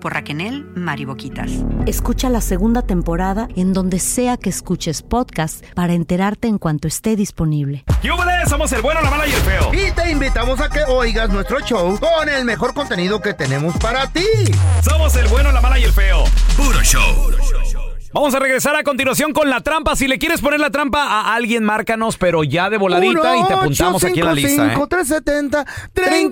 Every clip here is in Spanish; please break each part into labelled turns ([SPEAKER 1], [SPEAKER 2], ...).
[SPEAKER 1] por Raquenel Mariboquitas.
[SPEAKER 2] Escucha la segunda temporada en donde sea que escuches podcast para enterarte en cuanto esté disponible.
[SPEAKER 3] ¡Yúbales! Somos el bueno, la mala y el feo.
[SPEAKER 4] Y te invitamos a que oigas nuestro show con el mejor contenido que tenemos para ti.
[SPEAKER 3] Somos el bueno, la mala y el feo.
[SPEAKER 5] Puro show.
[SPEAKER 3] Vamos a regresar a continuación con la trampa. Si le quieres poner la trampa a alguien, márcanos, pero ya de voladita y te apuntamos aquí en la lista. ¿eh?
[SPEAKER 4] 370 3100.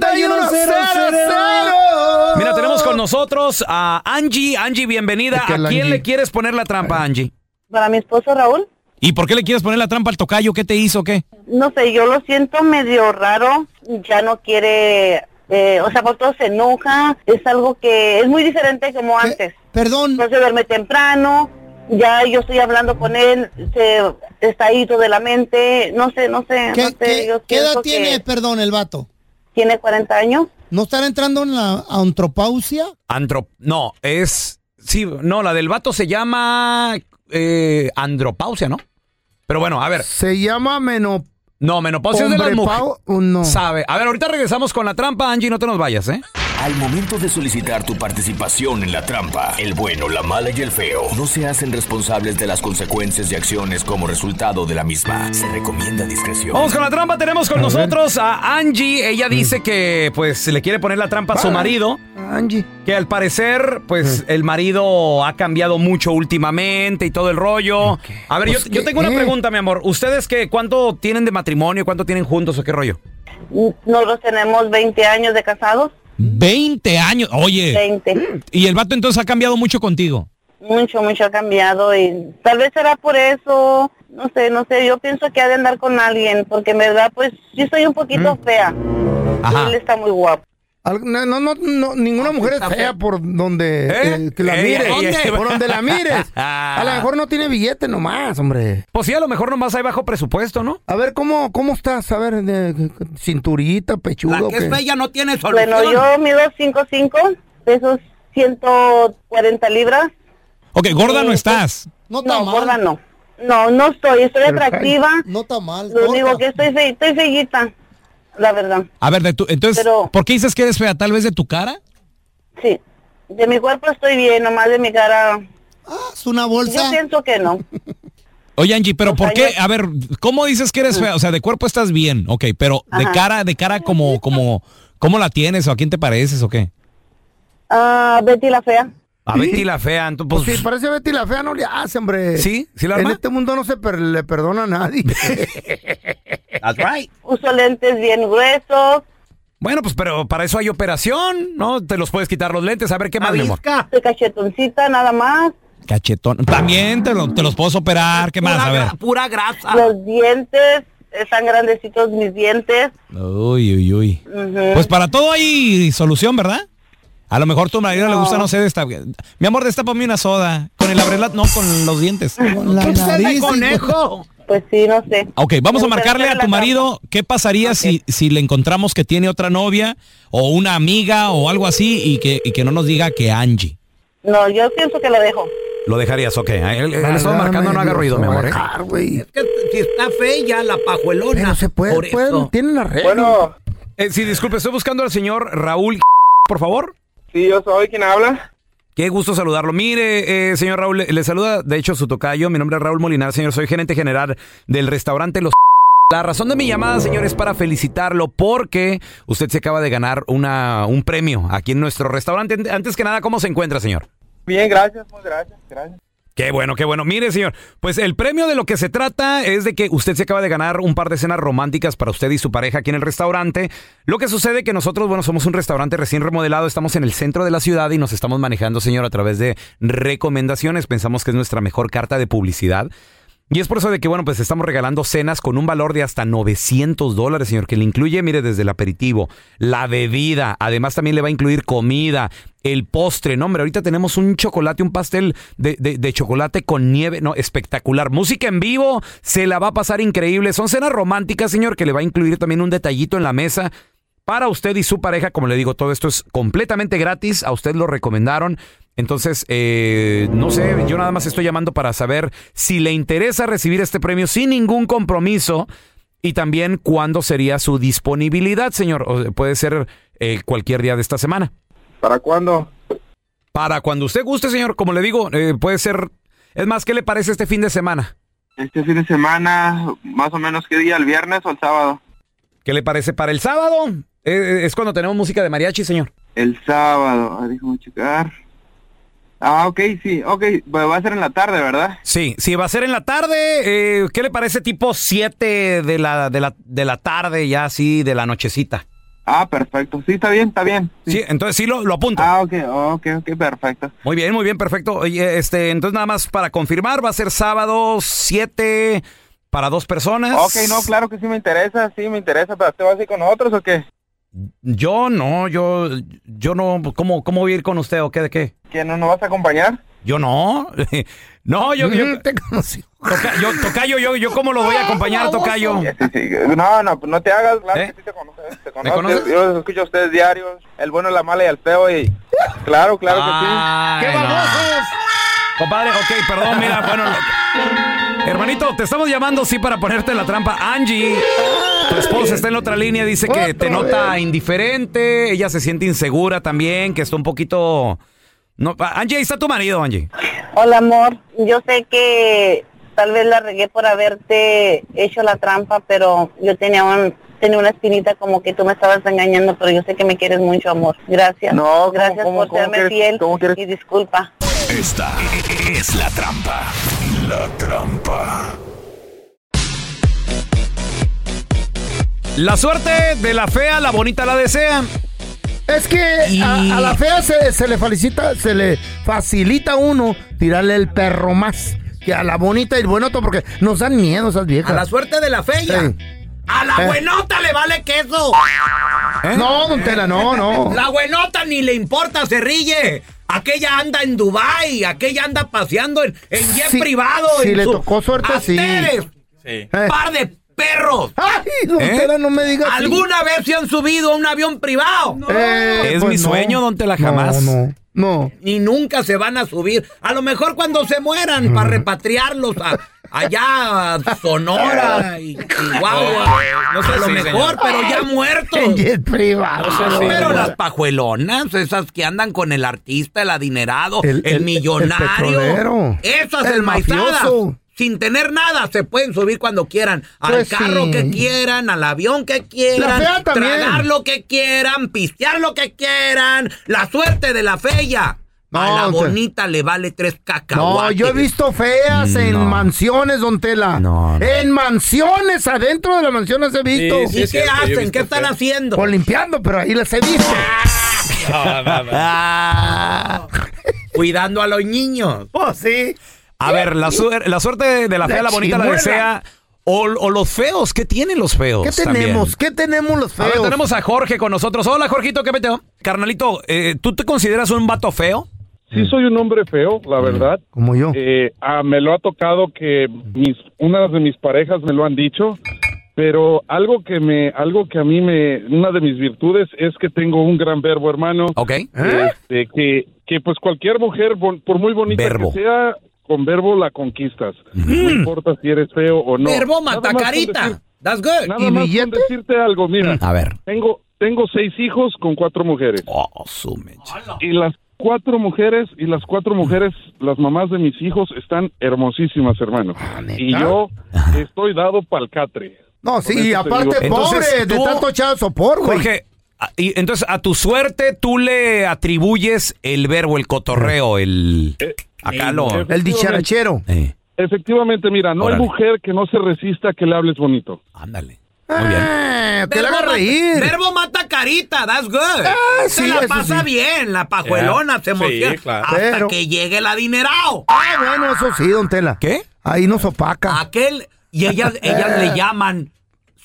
[SPEAKER 3] Mira, tenemos con nosotros a Angie. Angie, bienvenida.
[SPEAKER 4] ¿Qué tal,
[SPEAKER 3] ¿A quién
[SPEAKER 4] Angie?
[SPEAKER 3] le quieres poner la trampa, Angie?
[SPEAKER 6] Para mi esposo Raúl,
[SPEAKER 3] ¿Y por qué le quieres poner la trampa al tocayo? ¿Qué te hizo? o ¿Qué?
[SPEAKER 6] no sé, yo lo siento medio raro, ya no quiere, eh, o sea, por todo se enoja, es algo que es muy diferente como antes.
[SPEAKER 4] Perdón,
[SPEAKER 6] No se duerme temprano, ya yo estoy hablando con él, se está ahí todo de la mente, no sé, no sé, no
[SPEAKER 7] ¿Qué,
[SPEAKER 6] sé,
[SPEAKER 7] qué-
[SPEAKER 6] yo
[SPEAKER 7] qué edad
[SPEAKER 6] pienso
[SPEAKER 7] tiene,
[SPEAKER 6] que
[SPEAKER 7] perdón, el vato?
[SPEAKER 6] tiene 40 años.
[SPEAKER 7] ¿No estará entrando en la antropausia?
[SPEAKER 3] Andro... No, es... Sí, no, la del vato se llama eh, andropausia, ¿no? Pero bueno, a ver.
[SPEAKER 4] se llama menop...
[SPEAKER 3] No, menopausia es de las
[SPEAKER 4] hombre
[SPEAKER 3] mujeres.
[SPEAKER 4] pau- oh, no.
[SPEAKER 3] Sabe. A ver, ahorita regresamos con la trampa, Angie, no te nos vayas, ¿eh?
[SPEAKER 5] Al momento de solicitar tu participación en la trampa, el bueno, la mala y el feo no se hacen responsables de las consecuencias y acciones como resultado de la misma. Se recomienda discreción.
[SPEAKER 3] Vamos con la trampa, tenemos con nosotros a Angie. Ella dice que pues le quiere poner la trampa a su
[SPEAKER 4] Vale.
[SPEAKER 3] marido,
[SPEAKER 4] Ah, Angie. Ah.
[SPEAKER 3] que al parecer pues el marido ha cambiado mucho últimamente y todo el rollo. A ver, yo,
[SPEAKER 4] Pues,
[SPEAKER 3] yo
[SPEAKER 4] ¿qué?
[SPEAKER 3] tengo una pregunta, mi amor. ¿Ustedes qué? ¿Cuánto tienen de matrimonio? ¿Cuánto tienen juntos o qué rollo?
[SPEAKER 6] Nosotros tenemos 20 años de casados,
[SPEAKER 8] 20 años. Oye,
[SPEAKER 6] 20.
[SPEAKER 8] y el vato entonces ha cambiado mucho contigo.
[SPEAKER 6] Mucho, mucho ha cambiado y tal vez será por eso, no sé, no sé, yo pienso que ha de andar con alguien, porque en verdad pues yo soy un poquito
[SPEAKER 7] Mm.
[SPEAKER 6] fea.
[SPEAKER 3] Ajá.
[SPEAKER 6] Él está muy guapo.
[SPEAKER 4] Al- No, no, no, no, ninguna mujer es fea por donde
[SPEAKER 3] Ah, ¿Eh?
[SPEAKER 4] eh, que la
[SPEAKER 3] Ey,
[SPEAKER 4] mires.
[SPEAKER 3] ey, ey.
[SPEAKER 4] Por donde la mires. A lo mejor no tiene billete nomás, hombre.
[SPEAKER 3] Pues sí, a lo mejor nomás hay bajo presupuesto, ¿no?
[SPEAKER 4] A ver, ¿cómo, cómo estás? A ver, de- de- cinturita, pechuga. o qué?
[SPEAKER 5] no tiene
[SPEAKER 6] Bueno, yo mido 5'5", pesos 140 libras.
[SPEAKER 8] Ok, gorda no
[SPEAKER 6] Sí,
[SPEAKER 8] estás.
[SPEAKER 7] No está
[SPEAKER 6] No,
[SPEAKER 7] mal.
[SPEAKER 6] gorda no. No, no estoy, estoy
[SPEAKER 4] Pero
[SPEAKER 6] atractiva.
[SPEAKER 7] No está mal.
[SPEAKER 6] Lo único
[SPEAKER 7] gorda.
[SPEAKER 6] que estoy fe- estoy feillita, la verdad.
[SPEAKER 8] A ver, de tu, entonces,
[SPEAKER 6] Pero-
[SPEAKER 8] ¿por qué dices que eres fea? ¿Tal vez de tu cara?
[SPEAKER 6] Sí. De mi cuerpo estoy bien, nomás de mi cara.
[SPEAKER 7] Ah, es una
[SPEAKER 6] Yo
[SPEAKER 7] bolsa.
[SPEAKER 6] pienso que no.
[SPEAKER 8] Oye, Angie, pero
[SPEAKER 6] O
[SPEAKER 8] ¿por
[SPEAKER 6] sea,
[SPEAKER 8] qué?
[SPEAKER 6] yo-
[SPEAKER 8] A ver, ¿cómo dices que eres fea? O sea, de cuerpo estás bien, ok, pero de
[SPEAKER 6] Mm. Ajá.
[SPEAKER 8] cara, de cara como, como, ¿cómo la tienes o a quién te pareces o qué?
[SPEAKER 6] Ah, Betty la fea.
[SPEAKER 3] A Betty la fea, entonces,
[SPEAKER 4] Sí,
[SPEAKER 3] pues,
[SPEAKER 4] parece Betty la fea, no le hace, hombre.
[SPEAKER 3] Sí, sí la arma.
[SPEAKER 4] En este mundo no se per- le perdona a nadie.
[SPEAKER 6] Uso lentes bien gruesos.
[SPEAKER 3] Bueno, pues pero para eso hay operación, ¿no? Te los puedes quitar los lentes. A ver, ¿qué más, mi amor?
[SPEAKER 6] Soy cachetoncita, nada más.
[SPEAKER 8] Cachetón. También te, lo- te los puedo operar, ¿qué más? A ver.
[SPEAKER 5] grasa.
[SPEAKER 6] Los dientes. Están grandecitos mis dientes.
[SPEAKER 8] Uy, uy, uy.
[SPEAKER 6] Ujú.
[SPEAKER 8] Pues para todo hay solución, ¿verdad? A lo mejor tu marido le gusta, no sé, desta... mi amor, destapame una soda. Con el abrelat, no, con los dientes.
[SPEAKER 7] Con la nariz.
[SPEAKER 5] conejo!
[SPEAKER 6] Pues sí, no sé.
[SPEAKER 8] Ok, vamos a
[SPEAKER 6] Me gustaría
[SPEAKER 8] marcarle
[SPEAKER 6] hacer
[SPEAKER 8] a
[SPEAKER 6] la
[SPEAKER 8] tu
[SPEAKER 6] trampa.
[SPEAKER 8] marido qué pasaría si, si le encontramos que tiene otra novia o una amiga o algo así y que, y que no nos diga que Angie.
[SPEAKER 6] No, yo pienso que lo dejo.
[SPEAKER 3] Lo dejarías, ok. Él, él estaba marcando, no haga
[SPEAKER 4] Válgame
[SPEAKER 3] ruido,
[SPEAKER 4] Dios,
[SPEAKER 3] mi amor. ¿eh?
[SPEAKER 4] marcar, güey.
[SPEAKER 5] Si está fea la pajuelona.
[SPEAKER 4] Pero se puede, pueden, tienen la red.
[SPEAKER 9] Bueno,
[SPEAKER 3] Eh, sí, disculpe, estoy buscando al señor Raúl, por favor.
[SPEAKER 9] sí, yo soy quien habla.
[SPEAKER 3] Qué gusto saludarlo. Mire, eh, señor Raúl, le, le saluda, de hecho, su tocayo. Mi nombre es Raúl Molinar, señor. Soy gerente general del restaurante Los... La razón de mi llamada, señor, es para felicitarlo porque usted se acaba de ganar una, un premio aquí en nuestro restaurante. Ante- Antes que nada, ¿cómo se encuentra, señor?
[SPEAKER 9] Bien, gracias, muy gracias, gracias.
[SPEAKER 3] Qué bueno, qué bueno. Mire, señor, pues el premio de lo que se trata es de que usted se acaba de ganar un par de cenas románticas para usted y su pareja aquí en el restaurante. Lo que sucede que nosotros, bueno, somos un restaurante recién remodelado, estamos en el centro de la ciudad y nos estamos manejando, señor, a través de recomendaciones. Pensamos que es nuestra mejor carta de publicidad. Y es por eso de que, bueno, pues estamos regalando cenas con un valor de hasta 900 dólares, señor, que le incluye, mire, desde el aperitivo, la bebida, además también le va a incluir comida, el postre, no, hombre, ahorita tenemos un chocolate, un pastel de, de- de chocolate con nieve, no, espectacular. Música en vivo, se la va a pasar increíble. Son cenas románticas, señor, que le va a incluir también un detallito en la mesa. Para usted y su pareja, como le digo, todo esto es completamente gratis. A usted lo recomendaron. Entonces, eh, no sé, yo nada más estoy llamando para saber si le interesa recibir este premio sin ningún compromiso y también cuándo sería su disponibilidad, señor. O puede ser eh, cualquier día de esta semana.
[SPEAKER 9] ¿Para cuándo?
[SPEAKER 3] Para cuando usted guste, señor. Como le digo, eh, puede ser... Es más, ¿qué le parece este fin de semana?
[SPEAKER 9] Este fin de semana, más o menos, ¿qué día? ¿El viernes o el sábado?
[SPEAKER 3] ¿Qué le parece para el sábado? Eh, eh, es cuando tenemos música de mariachi, señor.
[SPEAKER 9] El sábado, a ver, déjame checar. Ah, ok, sí, ok, va va a ser en la tarde, ¿verdad?
[SPEAKER 3] Sí, sí, va a ser en la tarde. eh, ¿Qué le parece tipo 7 de la, de, la, de la tarde, ya así, de la nochecita?
[SPEAKER 9] Ah, perfecto, sí, está bien, está bien.
[SPEAKER 3] Sí, entonces sí lo, lo apunto.
[SPEAKER 9] Ah, ok, ok, ok, perfecto.
[SPEAKER 3] Muy bien, muy bien, perfecto. Oye, este, entonces nada más para confirmar, va a ser sábado 7 para dos personas.
[SPEAKER 9] Ok, no, claro que sí me interesa, sí me interesa, pero ¿usted va a ir con nosotros o qué?
[SPEAKER 3] Yo no, yo, yo no, ¿cómo, cómo voy a ir con usted o qué de qué?
[SPEAKER 9] ¿Que no nos vas a acompañar?
[SPEAKER 3] Yo no. no, yo, yo
[SPEAKER 9] te
[SPEAKER 3] conocí. yo, tocayo, yo, yo cómo lo voy
[SPEAKER 9] Ah,
[SPEAKER 3] a acompañar, tocayo.
[SPEAKER 9] Sí, Este, sí, No, no, no te hagas, claro que sí te conoces. Te
[SPEAKER 3] ¿Eh? ¿Me
[SPEAKER 9] conoces,
[SPEAKER 3] conoces?
[SPEAKER 9] Yo los escucho a ustedes diarios, el bueno, la mala y el feo y... Claro, claro
[SPEAKER 3] Ah.
[SPEAKER 9] que sí.
[SPEAKER 3] Ay, no.
[SPEAKER 4] pues.
[SPEAKER 3] Compadre, ok, perdón, mira, bueno. lo- Hermanito, te estamos llamando, sí, para ponerte en la trampa. Angie, tu esposa está en la otra línea, dice que te nota indiferente, ella se siente insegura también, que está un poquito... No, ah, Angie, ahí está tu marido, Angie.
[SPEAKER 6] Hola, amor. Yo sé que tal vez la regué por haberte hecho la trampa, pero yo tenía un tenía una espinita como que tú me estabas engañando, pero yo sé que me quieres mucho, amor. Gracias.
[SPEAKER 9] No, ¿cómo-
[SPEAKER 6] gracias
[SPEAKER 9] cómo-
[SPEAKER 6] por
[SPEAKER 9] cómo
[SPEAKER 6] serme
[SPEAKER 9] quieres-
[SPEAKER 6] fiel y disculpa.
[SPEAKER 5] Esta es la trampa. La trampa.
[SPEAKER 3] La suerte de la fea, la bonita la desea.
[SPEAKER 4] Es que a, a la fea se, se le felicita, se le facilita a uno tirarle el perro más que a la bonita y el buenoto porque nos dan miedo esas viejas.
[SPEAKER 10] A la suerte de la fea.
[SPEAKER 4] Sí.
[SPEAKER 10] A la
[SPEAKER 4] Eh.
[SPEAKER 10] buenota le vale queso.
[SPEAKER 4] No, don Tela,
[SPEAKER 3] ¿Eh?
[SPEAKER 4] no, no.
[SPEAKER 10] La buenota ni le importa, se ríe. Aquella anda en Dubai, aquella anda paseando en, en jet
[SPEAKER 4] Si-
[SPEAKER 10] privado.
[SPEAKER 4] si
[SPEAKER 10] en
[SPEAKER 4] le
[SPEAKER 10] su-
[SPEAKER 4] tocó suerte,
[SPEAKER 10] a
[SPEAKER 4] sí.
[SPEAKER 10] ustedes,
[SPEAKER 4] Sí.
[SPEAKER 10] Par de perros.
[SPEAKER 4] Ay, don
[SPEAKER 3] ¿Eh?
[SPEAKER 4] Tela, no me digas. así.
[SPEAKER 10] ¿Alguna vez se han subido a un avión privado?
[SPEAKER 4] Eh,
[SPEAKER 3] Es
[SPEAKER 4] pues
[SPEAKER 3] mi
[SPEAKER 4] no.
[SPEAKER 3] sueño, don Tela, jamás.
[SPEAKER 4] No, no, no.
[SPEAKER 10] Ni nunca se van a subir. A lo mejor cuando se mueran, para repatriarlos a- allá a Sonora y Chihuahua.
[SPEAKER 3] No sé
[SPEAKER 10] a lo
[SPEAKER 3] si,
[SPEAKER 10] mejor,
[SPEAKER 3] señor.
[SPEAKER 10] pero ya muertos.
[SPEAKER 4] En jet privado.
[SPEAKER 3] Ah,
[SPEAKER 10] Ah, Pero las pajuelonas, esas que andan con el artista, el adinerado,
[SPEAKER 4] El-
[SPEAKER 10] el,
[SPEAKER 4] el- el
[SPEAKER 10] millonario,
[SPEAKER 4] petrolero,
[SPEAKER 10] esas
[SPEAKER 4] el
[SPEAKER 10] el maizadas,
[SPEAKER 4] mafioso.
[SPEAKER 10] sin tener nada, se pueden subir cuando quieran, al
[SPEAKER 4] Pues
[SPEAKER 10] carro
[SPEAKER 4] sí.
[SPEAKER 10] que quieran, al avión que
[SPEAKER 4] La fea
[SPEAKER 10] quieran,
[SPEAKER 4] también.
[SPEAKER 10] tragar lo que quieran, pistear lo que quieran, la suerte de la fella. A
[SPEAKER 4] No,
[SPEAKER 10] la
[SPEAKER 4] o sea-
[SPEAKER 10] bonita le vale tres cacahuates.
[SPEAKER 4] No, yo he visto feas en
[SPEAKER 3] No.
[SPEAKER 4] mansiones, don Tela.
[SPEAKER 3] No, no.
[SPEAKER 4] En mansiones, adentro de las mansiones he visto.
[SPEAKER 10] ¿Y qué hacen? ¿Qué están haciendo?
[SPEAKER 4] O limpiando, pero ahí las he visto.
[SPEAKER 10] Ah, cuidando a los niños.
[SPEAKER 4] Pues sí.
[SPEAKER 3] A ver, la, suer- la suerte de la fea, la bonita la
[SPEAKER 4] chimuela.
[SPEAKER 3] desea. O, o los feos, ¿qué tienen los feos?
[SPEAKER 4] ¿Qué
[SPEAKER 3] también?
[SPEAKER 4] tenemos? ¿Qué tenemos los
[SPEAKER 3] A
[SPEAKER 4] feos?
[SPEAKER 3] ver, tenemos a Jorge con nosotros. Hola, Jorgito, ¿qué peteo? Carnalito, eh, ¿tú te consideras un vato feo?
[SPEAKER 9] Sí soy un hombre feo, la verdad.
[SPEAKER 4] Como yo.
[SPEAKER 9] Eh, ah, me lo ha tocado que mis, una de mis parejas me lo han dicho, pero algo que me, algo que a mí me, una de mis virtudes es que tengo un gran verbo, hermano.
[SPEAKER 3] Ok.
[SPEAKER 4] ¿Eh?
[SPEAKER 9] Este, que, que pues cualquier mujer, bon- por muy bonita
[SPEAKER 3] Verbo.
[SPEAKER 9] que sea, con verbo la conquistas. No importa si eres feo o no.
[SPEAKER 10] Verbo
[SPEAKER 9] Nada más con decir-
[SPEAKER 10] matacarita. That's good.
[SPEAKER 9] Nada
[SPEAKER 4] ¿Y
[SPEAKER 9] más
[SPEAKER 4] billete?
[SPEAKER 9] con decirte algo, mira,
[SPEAKER 3] A ver.
[SPEAKER 9] tengo, tengo seis hijos con cuatro mujeres
[SPEAKER 3] Oh, su mecha.
[SPEAKER 9] y las cuatro mujeres y las cuatro mujeres las mamás de mis hijos están hermosísimas hermano
[SPEAKER 4] ¿neta?
[SPEAKER 9] y yo estoy dado pa'l catre
[SPEAKER 4] No,
[SPEAKER 9] Con
[SPEAKER 4] sí,
[SPEAKER 9] eso te
[SPEAKER 4] aparte,
[SPEAKER 9] digo.
[SPEAKER 3] Entonces,
[SPEAKER 4] pobre, de
[SPEAKER 3] tú-
[SPEAKER 4] tanto echado sopor, güey.
[SPEAKER 3] Jorge, a- y entonces a tu suerte tú le atribuyes el verbo, el cotorreo, el...
[SPEAKER 9] Eh,
[SPEAKER 3] Acá lo...
[SPEAKER 4] El dicharachero.
[SPEAKER 3] Eh,
[SPEAKER 9] efectivamente mira no
[SPEAKER 3] Órale.
[SPEAKER 9] hay mujer que no se resista a que le hables bonito
[SPEAKER 3] ándale.
[SPEAKER 4] Ah,
[SPEAKER 3] Muy bien.
[SPEAKER 4] te la haga
[SPEAKER 10] mata-
[SPEAKER 4] reír.
[SPEAKER 10] verbo mata carita, that's good.
[SPEAKER 4] Ah,
[SPEAKER 10] se
[SPEAKER 4] sí,
[SPEAKER 10] la
[SPEAKER 4] eso
[SPEAKER 10] pasa
[SPEAKER 4] sí.
[SPEAKER 10] bien, la pajuelona
[SPEAKER 4] Yeah.
[SPEAKER 10] se emociona.
[SPEAKER 4] Sí, claro.
[SPEAKER 10] Hasta
[SPEAKER 4] Pero-
[SPEAKER 10] que llegue el adinerado.
[SPEAKER 4] Ah, bueno, eso sí, don Tela. ¿Qué? Ahí nos opaca.
[SPEAKER 10] Aquel, y ellas, ellas le llaman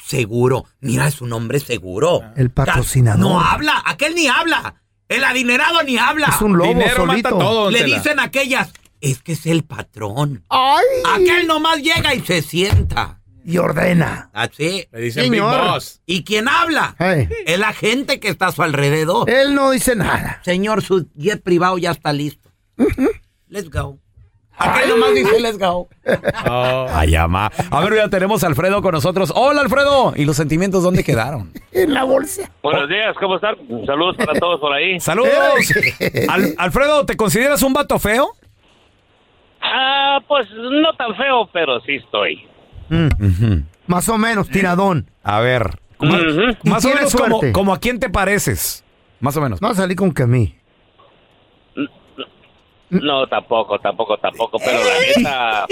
[SPEAKER 10] seguro. Mira, es un hombre seguro.
[SPEAKER 4] El patrocinador.
[SPEAKER 10] No habla, aquel ni habla. El adinerado ni habla.
[SPEAKER 4] Es un lobo Dinero solito. mata todo, don
[SPEAKER 10] Le
[SPEAKER 4] Tela.
[SPEAKER 10] dicen aquellas, es que es el patrón.
[SPEAKER 4] Ay.
[SPEAKER 10] Aquel nomás llega y se sienta.
[SPEAKER 4] Y ordena.
[SPEAKER 10] Así. Le
[SPEAKER 4] dicen Big Señor. Boss.
[SPEAKER 10] ¿Y quién habla?
[SPEAKER 4] Hey.
[SPEAKER 10] Es la gente que está a su alrededor.
[SPEAKER 4] Él no dice nada.
[SPEAKER 10] Señor, su jet privado ya está listo. Let's go. Aquel nomás dice let's go.
[SPEAKER 3] Ay, ama. A ver, ya tenemos a Alfredo con nosotros. Hola, Alfredo. ¿Y los sentimientos dónde quedaron?
[SPEAKER 4] En la bolsa.
[SPEAKER 11] Buenos días, ¿cómo están? Saludos para todos por ahí.
[SPEAKER 3] Saludos. Al- Alfredo, ¿te consideras un vato feo?
[SPEAKER 11] Ah, pues no tan feo, pero sí estoy.
[SPEAKER 4] Más o menos, tiradón.
[SPEAKER 3] A ver. Más,
[SPEAKER 4] Y
[SPEAKER 3] más o
[SPEAKER 4] tiene
[SPEAKER 3] menos como,
[SPEAKER 4] suerte.
[SPEAKER 3] como a quién te pareces. Más o menos.
[SPEAKER 4] No salí con que a mí.
[SPEAKER 11] No, tampoco, tampoco, tampoco, pero la neta,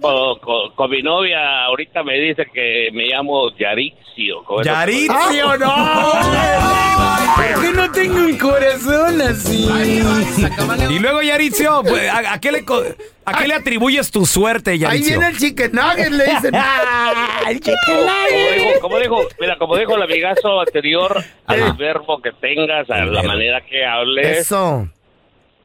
[SPEAKER 11] co- co- con, mi novia ahorita me dice que me llamo Yarixio. con eso-
[SPEAKER 3] Yarixio, ¿Por qué no tengo un corazón así? Y luego, Yaritio, pues, ¿a, a qué le, co- a qué le atribuyes tu suerte, Yaritio?
[SPEAKER 4] Ahí viene el chicken nugget, le dicen. el chicken
[SPEAKER 11] Como dijo, como dijo- mira, como dijo el amigazo anterior,
[SPEAKER 3] Ah,
[SPEAKER 11] al verbo que tengas, a la manera que hables
[SPEAKER 4] Eso.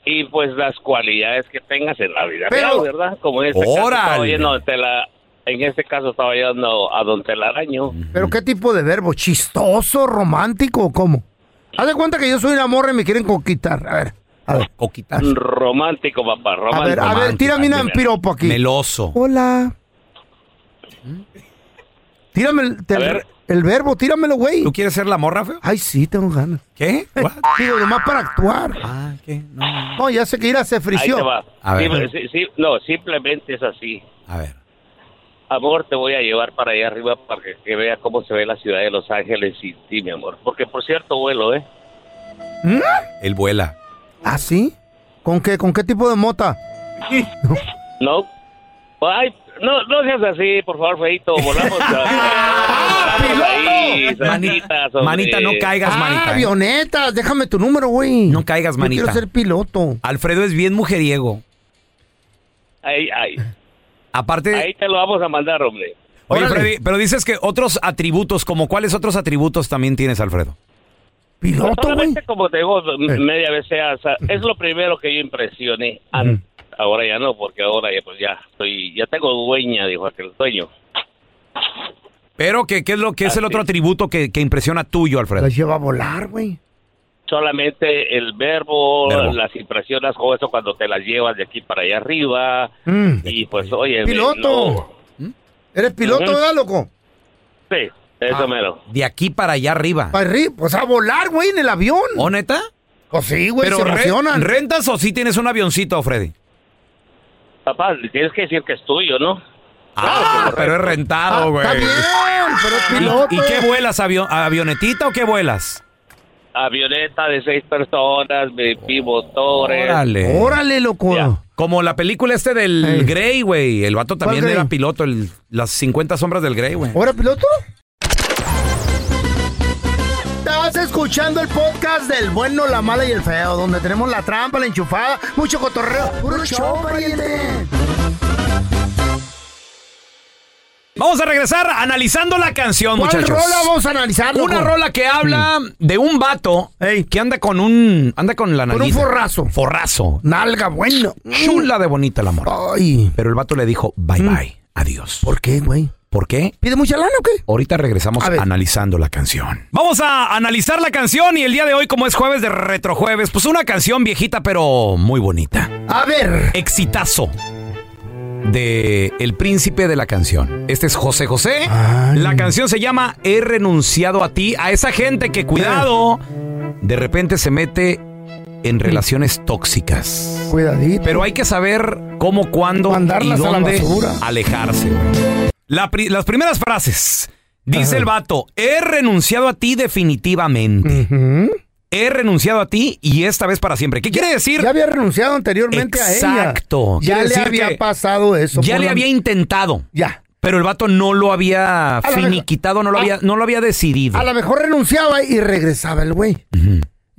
[SPEAKER 11] y pues las cualidades que tengas en la vida real,
[SPEAKER 4] Pero-
[SPEAKER 11] ¿verdad? Como en este
[SPEAKER 4] Órale.
[SPEAKER 11] caso estaba yendo a Tela- en este caso estaba yendo a Don Telaraño.
[SPEAKER 4] ¿Pero qué tipo de verbo? ¿Chistoso, romántico o cómo? Haz de cuenta que yo soy una morra y me quieren conquistar. A ver, a
[SPEAKER 3] Oh,
[SPEAKER 4] ver.
[SPEAKER 3] Coquitar.
[SPEAKER 11] Romántico, papá, romántico.
[SPEAKER 4] A ver, a ver, tírame una piropo aquí.
[SPEAKER 3] Meloso.
[SPEAKER 4] Hola. Tírame el, te- el verbo, tíramelo, güey. ¿Tú
[SPEAKER 3] quieres ser la morra, feo?
[SPEAKER 4] Ay, sí, tengo ganas.
[SPEAKER 3] ¿Qué?
[SPEAKER 4] Digo, nomás para actuar. Ah,
[SPEAKER 3] ¿qué?
[SPEAKER 4] No, ya sé que ir a se
[SPEAKER 11] Ahí
[SPEAKER 4] frició.
[SPEAKER 11] te va.
[SPEAKER 4] A ver.
[SPEAKER 11] Simple- sí- sí- no, simplemente es así.
[SPEAKER 3] A ver.
[SPEAKER 11] Amor, te voy a llevar para allá arriba para que, que vea cómo se ve la ciudad de Los Ángeles y ti, mi amor. Porque, por cierto, vuelo, ¿eh?
[SPEAKER 3] Él vuela.
[SPEAKER 4] ¿Ah, sí? ¿Con qué, ¿Con qué tipo de mota?
[SPEAKER 11] No. Ay, no, no seas así, por favor, feito. Volamos. ¡Ah,
[SPEAKER 3] Manita- manita, no caigas, Ah, manita, ¿eh?
[SPEAKER 4] Avionetas, déjame tu número, güey. No
[SPEAKER 3] caigas, manita.
[SPEAKER 4] quiero ser piloto.
[SPEAKER 3] Alfredo es bien mujeriego.
[SPEAKER 11] Ahí, ahí.
[SPEAKER 3] Aparte.
[SPEAKER 11] Ahí te lo vamos a mandar, hombre.
[SPEAKER 3] Oye, Freddy, pero dices que otros atributos, como cuáles otros atributos también tienes, Alfredo?
[SPEAKER 11] Pues Solamente como te digo, m- media vez sea, o sea, es lo primero que yo impresioné.
[SPEAKER 4] Mm.
[SPEAKER 11] An- Ahora ya no, porque ahora ya, pues ya estoy, ya tengo dueña, dijo aquel dueño.
[SPEAKER 3] Pero, ¿qué, qué es, lo, qué es el otro atributo que, que impresiona tuyo, Alfredo?
[SPEAKER 4] Las lleva a volar, güey.
[SPEAKER 11] Solamente el verbo,
[SPEAKER 3] Verbo.
[SPEAKER 11] las impresionas con eso cuando te las llevas de aquí para allá arriba.
[SPEAKER 3] Mm.
[SPEAKER 11] Y pues, oye,
[SPEAKER 4] Piloto. ¿Mm? ¿Eres piloto,
[SPEAKER 11] Ujú.
[SPEAKER 4] verdad, loco?
[SPEAKER 11] no, sí, eso
[SPEAKER 4] Ah.
[SPEAKER 11] mero.
[SPEAKER 3] De aquí para allá arriba.
[SPEAKER 4] Para arriba, pues a volar, güey, en el avión.
[SPEAKER 3] ¿O neta?
[SPEAKER 4] Pues sí, güey,
[SPEAKER 3] pero
[SPEAKER 4] se
[SPEAKER 3] re-
[SPEAKER 4] emocionan.
[SPEAKER 3] ¿Rentas o sí tienes un avioncito, Freddy?
[SPEAKER 11] Papá, le tienes que decir que es tuyo, ¿no?
[SPEAKER 3] Ah, pero es rentado, güey. ¿Y, y
[SPEAKER 4] eh.
[SPEAKER 3] qué vuelas? avio- ¿Avionetita o qué vuelas?
[SPEAKER 11] Avioneta de seis personas, mi, mi motores.
[SPEAKER 3] Órale.
[SPEAKER 4] Órale, loco.
[SPEAKER 3] Como la película este del Grey, güey. El vato también
[SPEAKER 4] ¿Cuál Grey?
[SPEAKER 3] era piloto, el- las 50 sombras del Grey, güey.
[SPEAKER 4] ¿Ahora piloto? Estás escuchando el podcast del bueno, la mala y el feo, donde tenemos la trampa, la enchufada, mucho cotorreo. ¡Puro show, pariente!
[SPEAKER 3] Vamos a regresar analizando la canción,
[SPEAKER 4] ¿Cuál
[SPEAKER 3] muchachos.
[SPEAKER 4] rola vamos a analizar, loco? Mm.
[SPEAKER 3] Una rola que habla de un vato que anda con un. anda con la
[SPEAKER 4] Con
[SPEAKER 3] nariz.
[SPEAKER 4] un forrazo. Mm.
[SPEAKER 3] Forrazo.
[SPEAKER 4] Nalga, bueno.
[SPEAKER 3] Chula de bonita la morra.
[SPEAKER 4] Ay.
[SPEAKER 3] Pero el vato le dijo bye
[SPEAKER 4] Mm.
[SPEAKER 3] bye. Adiós.
[SPEAKER 4] ¿Por qué, güey?
[SPEAKER 3] ¿Por qué?
[SPEAKER 4] ¿Pide mucha lana o qué?
[SPEAKER 3] Ahorita regresamos analizando la canción. Vamos a analizar la canción y el día de hoy, como es jueves de retrojueves, pues una canción viejita pero muy bonita.
[SPEAKER 4] A ver.
[SPEAKER 3] Exitazo de El Príncipe de la Canción. Este es José José. La canción se llama He renunciado a ti. A esa gente que, cuidado, de repente se mete en relaciones tóxicas.
[SPEAKER 4] Cuidadito.
[SPEAKER 3] Pero hay que saber cómo, cuándo y
[SPEAKER 4] Mandarlas a la
[SPEAKER 3] dónde
[SPEAKER 4] basura.
[SPEAKER 3] alejarse. La pri- las primeras frases. Dice el vato, he renunciado a ti definitivamente. He renunciado a ti y esta vez para siempre. ¿Qué quiere decir?
[SPEAKER 4] Ya había renunciado anteriormente a ella.
[SPEAKER 3] Exacto.
[SPEAKER 4] Ya
[SPEAKER 3] Quiere
[SPEAKER 4] le
[SPEAKER 3] decir
[SPEAKER 4] había
[SPEAKER 3] que
[SPEAKER 4] pasado eso.
[SPEAKER 3] ya
[SPEAKER 4] por
[SPEAKER 3] le
[SPEAKER 4] la-
[SPEAKER 3] había intentado.
[SPEAKER 4] Ya.
[SPEAKER 3] Pero el vato no lo había
[SPEAKER 4] lo mejor-
[SPEAKER 3] finiquitado, no lo había, no lo había decidido.
[SPEAKER 4] A lo mejor renunciaba y regresaba el güey.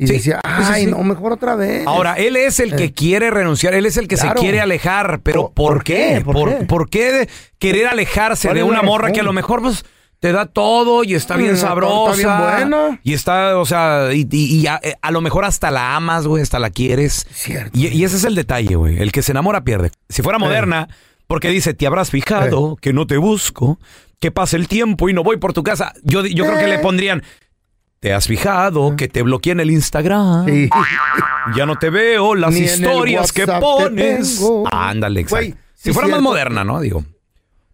[SPEAKER 4] Y decía, ay, no, mejor otra vez.
[SPEAKER 3] Ahora, él es el que quiere renunciar, él es el que
[SPEAKER 4] Eh. Claro.
[SPEAKER 3] se quiere alejar, pero ¿por, qué? ¿Por, por qué? de- querer alejarse
[SPEAKER 4] ¿Cuál
[SPEAKER 3] de
[SPEAKER 4] es la
[SPEAKER 3] una morra
[SPEAKER 4] razón?
[SPEAKER 3] que a lo mejor pues, te da todo y está bien
[SPEAKER 4] Mm, está
[SPEAKER 3] sabrosa?
[SPEAKER 4] bien buena.
[SPEAKER 3] Y está, o sea, y, y- y a, eh, a lo mejor hasta la amas, güey, hasta la quieres. Y, y ese es el detalle, güey. El que se enamora pierde. Si
[SPEAKER 4] Eh.
[SPEAKER 3] fuera moderna, porque dice, te habrás fijado que no te busco, que pase el tiempo y no voy por tu casa. Yo, di- yo creo que
[SPEAKER 4] Eh.
[SPEAKER 3] le pondrían, ¿Te has
[SPEAKER 4] Ah.
[SPEAKER 3] fijado que te bloqueé en el Instagram? Ya no te veo las
[SPEAKER 4] Ni en el
[SPEAKER 3] historias que
[SPEAKER 4] WhatsApp te
[SPEAKER 3] pones.
[SPEAKER 4] tengo.
[SPEAKER 3] Ándale, exacto.
[SPEAKER 4] Güey,
[SPEAKER 3] si
[SPEAKER 4] sí,
[SPEAKER 3] fuera más
[SPEAKER 4] cierto.
[SPEAKER 3] moderna, ¿no? Digo.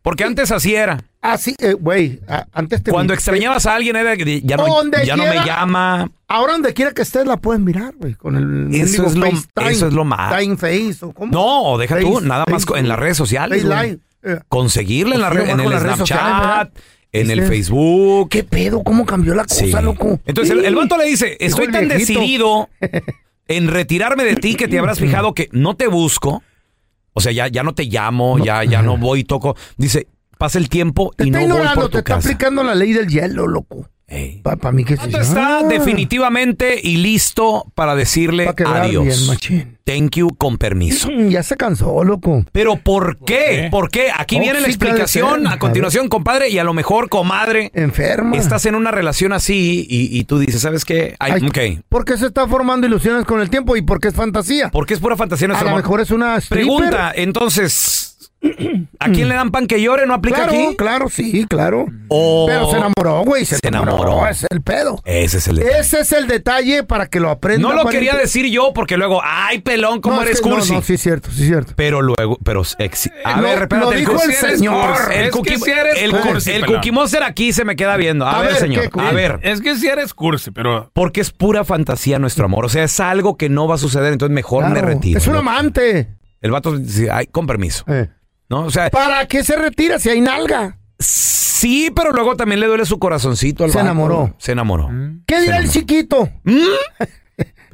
[SPEAKER 3] Porque antes así era.
[SPEAKER 4] Así, eh, güey, a- antes te...
[SPEAKER 3] Cuando extrañabas a alguien era que di- ya no,
[SPEAKER 4] Donde
[SPEAKER 3] ya no me
[SPEAKER 4] quiera.
[SPEAKER 3] llama.
[SPEAKER 4] Ahora donde quiera que estés la puedes mirar, güey, con el...
[SPEAKER 3] Eso
[SPEAKER 4] mendigo
[SPEAKER 3] es, lo,
[SPEAKER 4] FaceTime,
[SPEAKER 3] eso es lo malo.
[SPEAKER 4] Time Face o cómo.
[SPEAKER 3] No, deja tú,
[SPEAKER 4] Face-
[SPEAKER 3] nada más co- en las redes sociales.
[SPEAKER 4] Face
[SPEAKER 3] güey.
[SPEAKER 4] Live, eh.
[SPEAKER 3] Conseguirle en, la
[SPEAKER 4] Pues sí,
[SPEAKER 3] red- en
[SPEAKER 4] abajo
[SPEAKER 3] el
[SPEAKER 4] las redes sociales, ¿verdad? Este,
[SPEAKER 3] Snapchat, en el
[SPEAKER 4] Dices,
[SPEAKER 3] Facebook.
[SPEAKER 4] ¿Qué pedo? ¿Cómo cambió la cosa,
[SPEAKER 3] Sí.
[SPEAKER 4] loco?
[SPEAKER 3] Entonces el, el
[SPEAKER 4] Sí.
[SPEAKER 3] vato le dice,
[SPEAKER 4] Dijo
[SPEAKER 3] estoy
[SPEAKER 4] el
[SPEAKER 3] tan
[SPEAKER 4] viejito.
[SPEAKER 3] decidido en retirarme de ti que te habrás fijado que no te busco. O sea, ya, ya no te llamo, ya, ya no voy y toco. Dice, pasa el tiempo
[SPEAKER 4] Te
[SPEAKER 3] y
[SPEAKER 4] está
[SPEAKER 3] no voy
[SPEAKER 4] ignorando,
[SPEAKER 3] por
[SPEAKER 4] te
[SPEAKER 3] tu
[SPEAKER 4] está
[SPEAKER 3] casa.
[SPEAKER 4] aplicando la ley del hielo, loco. Para mí que sí. Ah,
[SPEAKER 3] Esto está definitivamente y listo para decirle
[SPEAKER 4] quedar bien,
[SPEAKER 3] adiós.
[SPEAKER 4] machín.
[SPEAKER 3] Thank you con permiso.
[SPEAKER 4] mm, Ya se cansó, loco.
[SPEAKER 3] Pero ¿por qué? ¿Por qué?
[SPEAKER 4] Oh,
[SPEAKER 3] Aquí viene la
[SPEAKER 4] Tóxica de
[SPEAKER 3] explicación
[SPEAKER 4] ser,
[SPEAKER 3] a continuación, compadre, y a lo mejor, comadre.
[SPEAKER 4] Enferma.
[SPEAKER 3] Estás en una relación así y, y tú dices, ¿sabes qué? Ay,
[SPEAKER 4] Ay,
[SPEAKER 3] ok,
[SPEAKER 4] ¿Por qué se está formando ilusiones con el tiempo y por qué es fantasía?
[SPEAKER 3] Porque es pura fantasía.
[SPEAKER 4] A
[SPEAKER 3] nuestro
[SPEAKER 4] lo
[SPEAKER 3] amor.
[SPEAKER 4] mejor es una stripper.
[SPEAKER 3] Pregunta, entonces, ¿a quién le dan pan que llore? ¿No aplica
[SPEAKER 4] Claro,
[SPEAKER 3] aquí?
[SPEAKER 4] claro, sí, claro.
[SPEAKER 3] O-
[SPEAKER 4] Pero se enamoró, güey. Se,
[SPEAKER 3] Se
[SPEAKER 4] enamoró.
[SPEAKER 3] enamoró.
[SPEAKER 4] Es el pedo.
[SPEAKER 3] Ese es el detalle.
[SPEAKER 4] Ese es el detalle para que lo aprenda.
[SPEAKER 3] No lo
[SPEAKER 4] pariente.
[SPEAKER 3] quería decir yo porque luego, ay, pelón, ¿cómo
[SPEAKER 4] No, es
[SPEAKER 3] eres
[SPEAKER 4] que- no,
[SPEAKER 3] cursi?
[SPEAKER 4] no, sí, es cierto, sí, es cierto.
[SPEAKER 3] Pero luego, pero exi- A
[SPEAKER 4] Eh,
[SPEAKER 3] ver,
[SPEAKER 4] lo-
[SPEAKER 3] espérate,
[SPEAKER 4] lo
[SPEAKER 3] el
[SPEAKER 4] dijo
[SPEAKER 3] cookie-
[SPEAKER 4] el
[SPEAKER 3] si eres
[SPEAKER 4] señor.
[SPEAKER 3] cursi, El
[SPEAKER 4] Es que
[SPEAKER 3] cookie,
[SPEAKER 4] si eres
[SPEAKER 3] el
[SPEAKER 4] cursi,
[SPEAKER 3] cursi- el
[SPEAKER 4] pelón.
[SPEAKER 3] cookie monster aquí se me queda viendo. A,
[SPEAKER 4] A
[SPEAKER 3] ver,
[SPEAKER 4] ver,
[SPEAKER 3] señor,
[SPEAKER 4] ¿qué,
[SPEAKER 3] a
[SPEAKER 4] qué?
[SPEAKER 3] ver.
[SPEAKER 12] Es que si eres cursi, pero.
[SPEAKER 3] Porque es pura fantasía nuestro amor. O sea, es algo que no va a suceder, entonces mejor me
[SPEAKER 4] Claro,
[SPEAKER 3] retiro.
[SPEAKER 4] Es Eh. un
[SPEAKER 3] ¿no?
[SPEAKER 4] amante.
[SPEAKER 3] El vato dice, ay, con permiso. ¿No? O sea,
[SPEAKER 4] ¿Para qué se retira si hay nalga?
[SPEAKER 3] sí, pero luego también le duele su corazoncito al
[SPEAKER 4] Se
[SPEAKER 3] vato.
[SPEAKER 4] enamoró. Mm.
[SPEAKER 3] Se enamoró.
[SPEAKER 4] ¿Qué dirá
[SPEAKER 3] Se
[SPEAKER 4] el chiquito?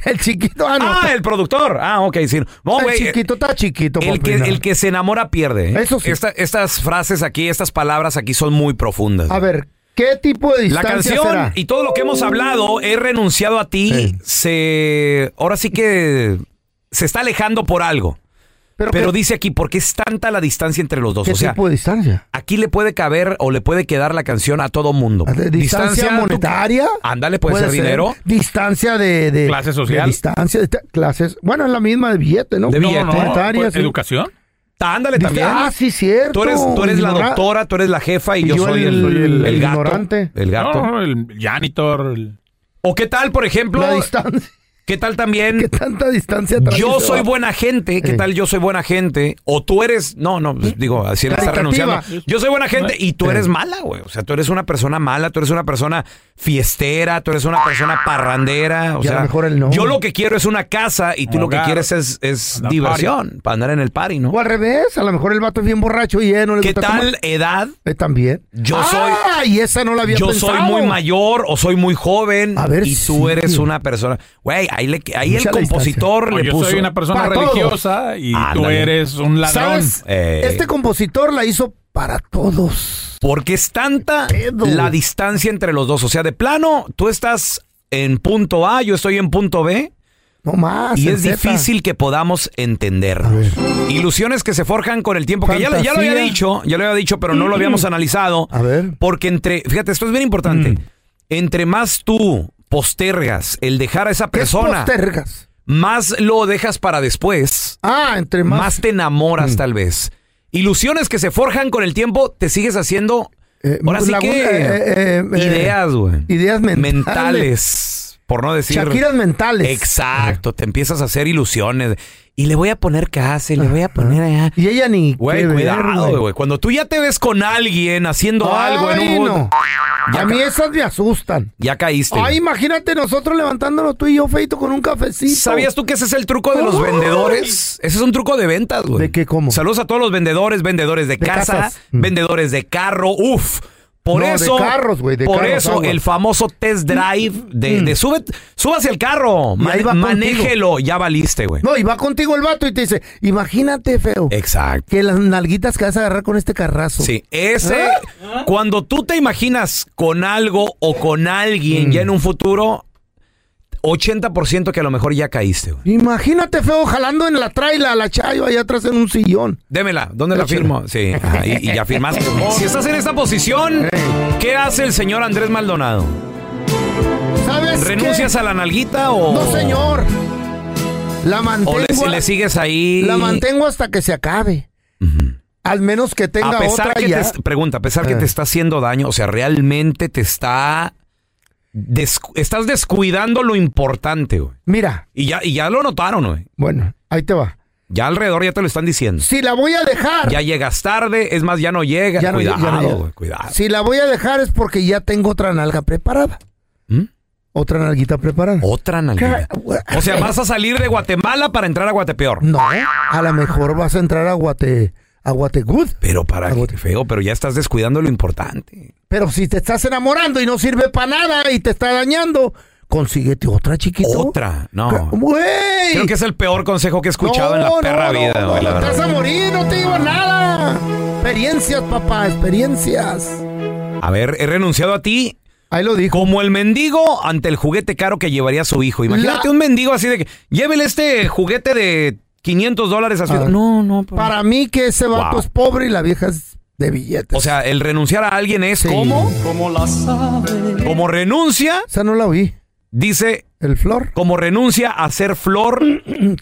[SPEAKER 4] El chiquito, ah, no.
[SPEAKER 3] ¿Mm? Ah, el productor. Ah, ok, sí. No,
[SPEAKER 4] El
[SPEAKER 3] güey,
[SPEAKER 4] chiquito está chiquito.
[SPEAKER 3] El
[SPEAKER 4] papi,
[SPEAKER 3] que,
[SPEAKER 4] no.
[SPEAKER 3] el que se enamora pierde. ¿eh?
[SPEAKER 4] Eso sí.
[SPEAKER 3] Esta- estas frases aquí, estas palabras aquí son muy profundas.
[SPEAKER 4] A ver, ¿qué tipo de
[SPEAKER 3] La
[SPEAKER 4] distancia
[SPEAKER 3] canción
[SPEAKER 4] será?
[SPEAKER 3] y todo lo que hemos hablado, he renunciado a ti, se ahora sí que se está alejando por algo. Pero, dice aquí, ¿por qué es tanta la distancia entre los dos?
[SPEAKER 4] ¿Qué
[SPEAKER 3] O sea,
[SPEAKER 4] tipo de distancia?
[SPEAKER 3] aquí le puede caber o le puede quedar la canción a todo mundo.
[SPEAKER 4] ¿Distancia,
[SPEAKER 3] tú-
[SPEAKER 4] monetaria?
[SPEAKER 3] Ándale, puede, ser, dinero.
[SPEAKER 4] Distancia de, de-
[SPEAKER 3] Clase social.
[SPEAKER 4] de distancia de ta- clases. Bueno, es la misma de billete, ¿no?
[SPEAKER 3] De billete.
[SPEAKER 4] Monetaria, sí.
[SPEAKER 12] ¿Educación?
[SPEAKER 3] Ándale
[SPEAKER 4] Dist-
[SPEAKER 3] también.
[SPEAKER 4] Ah, sí, cierto.
[SPEAKER 3] Tú eres, tú eres la
[SPEAKER 4] Ignora-
[SPEAKER 3] doctora, tú eres la jefa y,
[SPEAKER 4] Y
[SPEAKER 3] yo,
[SPEAKER 4] yo
[SPEAKER 3] soy el,
[SPEAKER 4] el-
[SPEAKER 3] el
[SPEAKER 4] el
[SPEAKER 3] gato.
[SPEAKER 4] ignorante.
[SPEAKER 3] El gato.
[SPEAKER 12] No, el janitor. el-
[SPEAKER 3] O qué tal, por ejemplo. ¿Qué tal también? ¿Qué
[SPEAKER 4] tanta distancia
[SPEAKER 3] Yo
[SPEAKER 4] ese
[SPEAKER 3] soy
[SPEAKER 4] vato?
[SPEAKER 3] buena gente.
[SPEAKER 4] Eh.
[SPEAKER 3] ¿Qué tal yo soy buena gente? O tú eres. No, no, pues, digo, así le está
[SPEAKER 4] Caritativa.
[SPEAKER 3] renunciando. Yo soy buena gente y tú
[SPEAKER 4] Eh.
[SPEAKER 3] eres mala, güey. O sea, tú eres una persona mala, tú eres una persona fiestera, tú eres una persona parrandera. O
[SPEAKER 4] Y a lo
[SPEAKER 3] sea,
[SPEAKER 4] mejor él no.
[SPEAKER 3] yo lo que quiero es una casa y tú lo que
[SPEAKER 4] Hogar.
[SPEAKER 3] quieres es, es
[SPEAKER 4] Andar
[SPEAKER 3] diversión para andar en el party, ¿no?
[SPEAKER 4] O al revés, a lo mejor el vato es bien borracho y él no le
[SPEAKER 3] ¿Qué
[SPEAKER 4] gusta
[SPEAKER 3] tal
[SPEAKER 4] tomar.
[SPEAKER 3] edad?
[SPEAKER 4] Eh, también.
[SPEAKER 3] Yo soy.
[SPEAKER 4] Ah, y esa no la había
[SPEAKER 3] yo
[SPEAKER 4] pensado.
[SPEAKER 3] soy muy mayor o soy muy joven y tú
[SPEAKER 4] sí.
[SPEAKER 3] eres una persona. Güey, ahí, le- ahí el
[SPEAKER 12] Mucha
[SPEAKER 3] compositor
[SPEAKER 12] distancia.
[SPEAKER 3] le
[SPEAKER 12] O yo
[SPEAKER 3] puso.
[SPEAKER 12] soy una persona
[SPEAKER 3] Para todos.
[SPEAKER 12] religiosa y tú
[SPEAKER 3] Ándale. Eh,
[SPEAKER 12] eres un ladrón.
[SPEAKER 4] ¿Sabes? Este compositor la hizo para todos.
[SPEAKER 3] Porque es tanta la distancia entre los dos. O sea, de plano, tú estás en punto A, yo estoy en punto B.
[SPEAKER 4] No más.
[SPEAKER 3] Y
[SPEAKER 4] en
[SPEAKER 3] es
[SPEAKER 4] Z.
[SPEAKER 3] difícil que podamos entender. Ilusiones que se forjan con el tiempo. Que ya, lo- ya lo había
[SPEAKER 4] Fantasía. Mm.
[SPEAKER 3] dicho, ya lo había dicho, pero no lo habíamos analizado.
[SPEAKER 4] A ver. Mm.
[SPEAKER 3] Porque entre, fíjate, esto es bien importante. Entre más tú postergas el dejar a esa persona,
[SPEAKER 4] Postergas.
[SPEAKER 3] más lo dejas para después.
[SPEAKER 4] Ah, entre Mm.
[SPEAKER 3] más. te enamoras tal vez. Ilusiones que se forjan con el tiempo, te sigues haciendo. ahora sí
[SPEAKER 4] la-
[SPEAKER 3] que
[SPEAKER 4] eh, eh, eh,
[SPEAKER 3] ideas, güey.
[SPEAKER 4] Ideas mentales.
[SPEAKER 3] Mentales, por no decir.
[SPEAKER 4] Shakiras mentales.
[SPEAKER 3] Exacto, te empiezas a hacer ilusiones. Y le voy a poner casa, y le voy a poner allá.
[SPEAKER 4] Y ella ni.
[SPEAKER 3] Güey,
[SPEAKER 4] qué ver,
[SPEAKER 3] cuidado,
[SPEAKER 4] güey.
[SPEAKER 3] güey. Cuando tú ya te ves con alguien haciendo
[SPEAKER 4] Ay,
[SPEAKER 3] algo en un.
[SPEAKER 4] no.
[SPEAKER 3] Ya,
[SPEAKER 4] A mí esas me asustan.
[SPEAKER 3] ya caíste.
[SPEAKER 4] Ay, imagínate nosotros levantándonos tú y yo feito con un cafecito.
[SPEAKER 3] ¿Sabías tú que ese es el truco de los
[SPEAKER 4] Ay.
[SPEAKER 3] vendedores? Ese es un truco de ventas, güey. ¿De qué cómo? Saludos a todos los vendedores, vendedores de, casa,
[SPEAKER 4] casas. Mm.
[SPEAKER 3] vendedores de carro, uf. Por
[SPEAKER 4] No, de
[SPEAKER 3] eso,
[SPEAKER 4] carros, güey, de
[SPEAKER 3] por
[SPEAKER 4] carros,
[SPEAKER 3] eso
[SPEAKER 4] aguas. Mm.
[SPEAKER 3] el famoso test drive de, de sube, súbase al carro,
[SPEAKER 4] Y ahí
[SPEAKER 3] mane-
[SPEAKER 4] va contigo.
[SPEAKER 3] manéjelo, ya valiste, güey.
[SPEAKER 4] No, y va contigo el vato y te dice, imagínate, feo.
[SPEAKER 3] Exacto.
[SPEAKER 4] Que las nalguitas que vas a agarrar con este carrazo.
[SPEAKER 3] Sí, ese,
[SPEAKER 4] ¿Ah?
[SPEAKER 3] cuando tú te imaginas con algo o con alguien ya en
[SPEAKER 4] Mm.
[SPEAKER 3] un futuro, 80% que a lo mejor ya caíste, güey.
[SPEAKER 4] Imagínate, feo, jalando en la traila a la chayo ahí atrás en un sillón.
[SPEAKER 3] Démela, ¿dónde la firmo? Sí, ajá, y, y ya firmaste. si estás en esta posición, ¿qué hace el señor Andrés Maldonado?
[SPEAKER 4] ¿Sabes
[SPEAKER 3] ¿Renuncias
[SPEAKER 4] qué?
[SPEAKER 3] a la nalguita o...?
[SPEAKER 4] No, señor. La mantengo.
[SPEAKER 3] ¿O le, si le sigues ahí?
[SPEAKER 4] La mantengo hasta que se acabe. Al menos que tenga
[SPEAKER 3] a pesar
[SPEAKER 4] otra
[SPEAKER 3] que
[SPEAKER 4] ya. Eh.
[SPEAKER 3] te- pregunta, a pesar que te está haciendo daño, o sea, realmente te está descu- estás descuidando lo importante, güey.
[SPEAKER 4] Mira.
[SPEAKER 3] Y ya y ya lo notaron, güey.
[SPEAKER 4] Bueno, ahí te va.
[SPEAKER 3] Ya alrededor ya te lo están diciendo.
[SPEAKER 4] Si la voy a dejar,
[SPEAKER 3] Ya llegas tarde, es más ya no llegas.
[SPEAKER 4] Ya no llega,
[SPEAKER 3] cuidado,
[SPEAKER 4] ya no llega.
[SPEAKER 3] güey, cuidado.
[SPEAKER 4] si la voy a dejar es porque ya tengo otra nalga preparada.
[SPEAKER 3] ¿Mm?
[SPEAKER 4] Otra nalguita preparada. Ah,
[SPEAKER 3] Otra nalguita. O sea, vas a salir de Guatemala para entrar a Guatepeor.
[SPEAKER 4] No, a lo mejor vas a entrar a Guate, a Guategud.
[SPEAKER 3] Pero para qué feo, pero ya estás descuidando lo importante.
[SPEAKER 4] Pero si te estás enamorando y no sirve para nada y te está dañando, consíguete otra chiquito.
[SPEAKER 3] Otra, no.
[SPEAKER 4] Güey.
[SPEAKER 3] Creo que es el peor consejo que he escuchado en
[SPEAKER 4] No,
[SPEAKER 3] la
[SPEAKER 4] no,
[SPEAKER 3] perra
[SPEAKER 4] no,
[SPEAKER 3] vida, güey, la
[SPEAKER 4] Vas
[SPEAKER 3] verdad.
[SPEAKER 4] a morir, no te digo nada. Experiencias, papá, experiencias.
[SPEAKER 3] A ver, he renunciado a ti.
[SPEAKER 4] Ahí lo dijo.
[SPEAKER 3] Como el mendigo ante el juguete caro que llevaría su hijo. Imagínate un mendigo así de que, llévele este juguete de 500 dólares a su hijo".
[SPEAKER 4] Ah.
[SPEAKER 3] No.
[SPEAKER 4] no. Para mí que ese vato es pobre y la vieja es de billetes.
[SPEAKER 3] O sea, el renunciar a alguien es como,
[SPEAKER 7] Como las aves.
[SPEAKER 3] como renuncia.
[SPEAKER 4] Esa no la oí.
[SPEAKER 3] Dice.
[SPEAKER 4] El flor.
[SPEAKER 3] Como renuncia a ser flor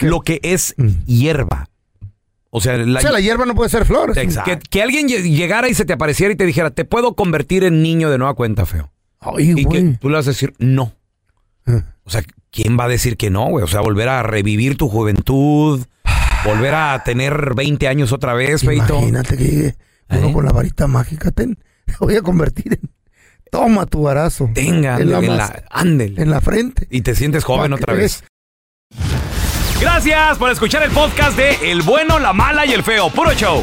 [SPEAKER 3] lo que es hierba. O sea, la,
[SPEAKER 4] Mm. O sea, la hierba no puede ser flor.
[SPEAKER 3] Exacto. Que, que alguien lle- llegara y se te apareciera y te dijera, te puedo convertir en niño de nueva cuenta, feo. y que tú le vas a decir, no. O sea, ¿quién va a decir que no, güey? O sea, volver a revivir tu juventud, volver a tener 20 años otra vez, feito.
[SPEAKER 4] Imagínate que llegue
[SPEAKER 3] ¿Eh?
[SPEAKER 4] uno con la varita mágica. Ten, te voy a convertir en. Toma tu varazo.
[SPEAKER 3] Tenga,
[SPEAKER 4] en la,
[SPEAKER 3] en
[SPEAKER 4] mas-
[SPEAKER 3] la- ándele.
[SPEAKER 4] en la frente.
[SPEAKER 3] Y te sientes joven
[SPEAKER 4] Pa'
[SPEAKER 3] otra
[SPEAKER 4] que
[SPEAKER 3] vez. Gracias por escuchar el podcast de El bueno, la mala y el feo. Puro show.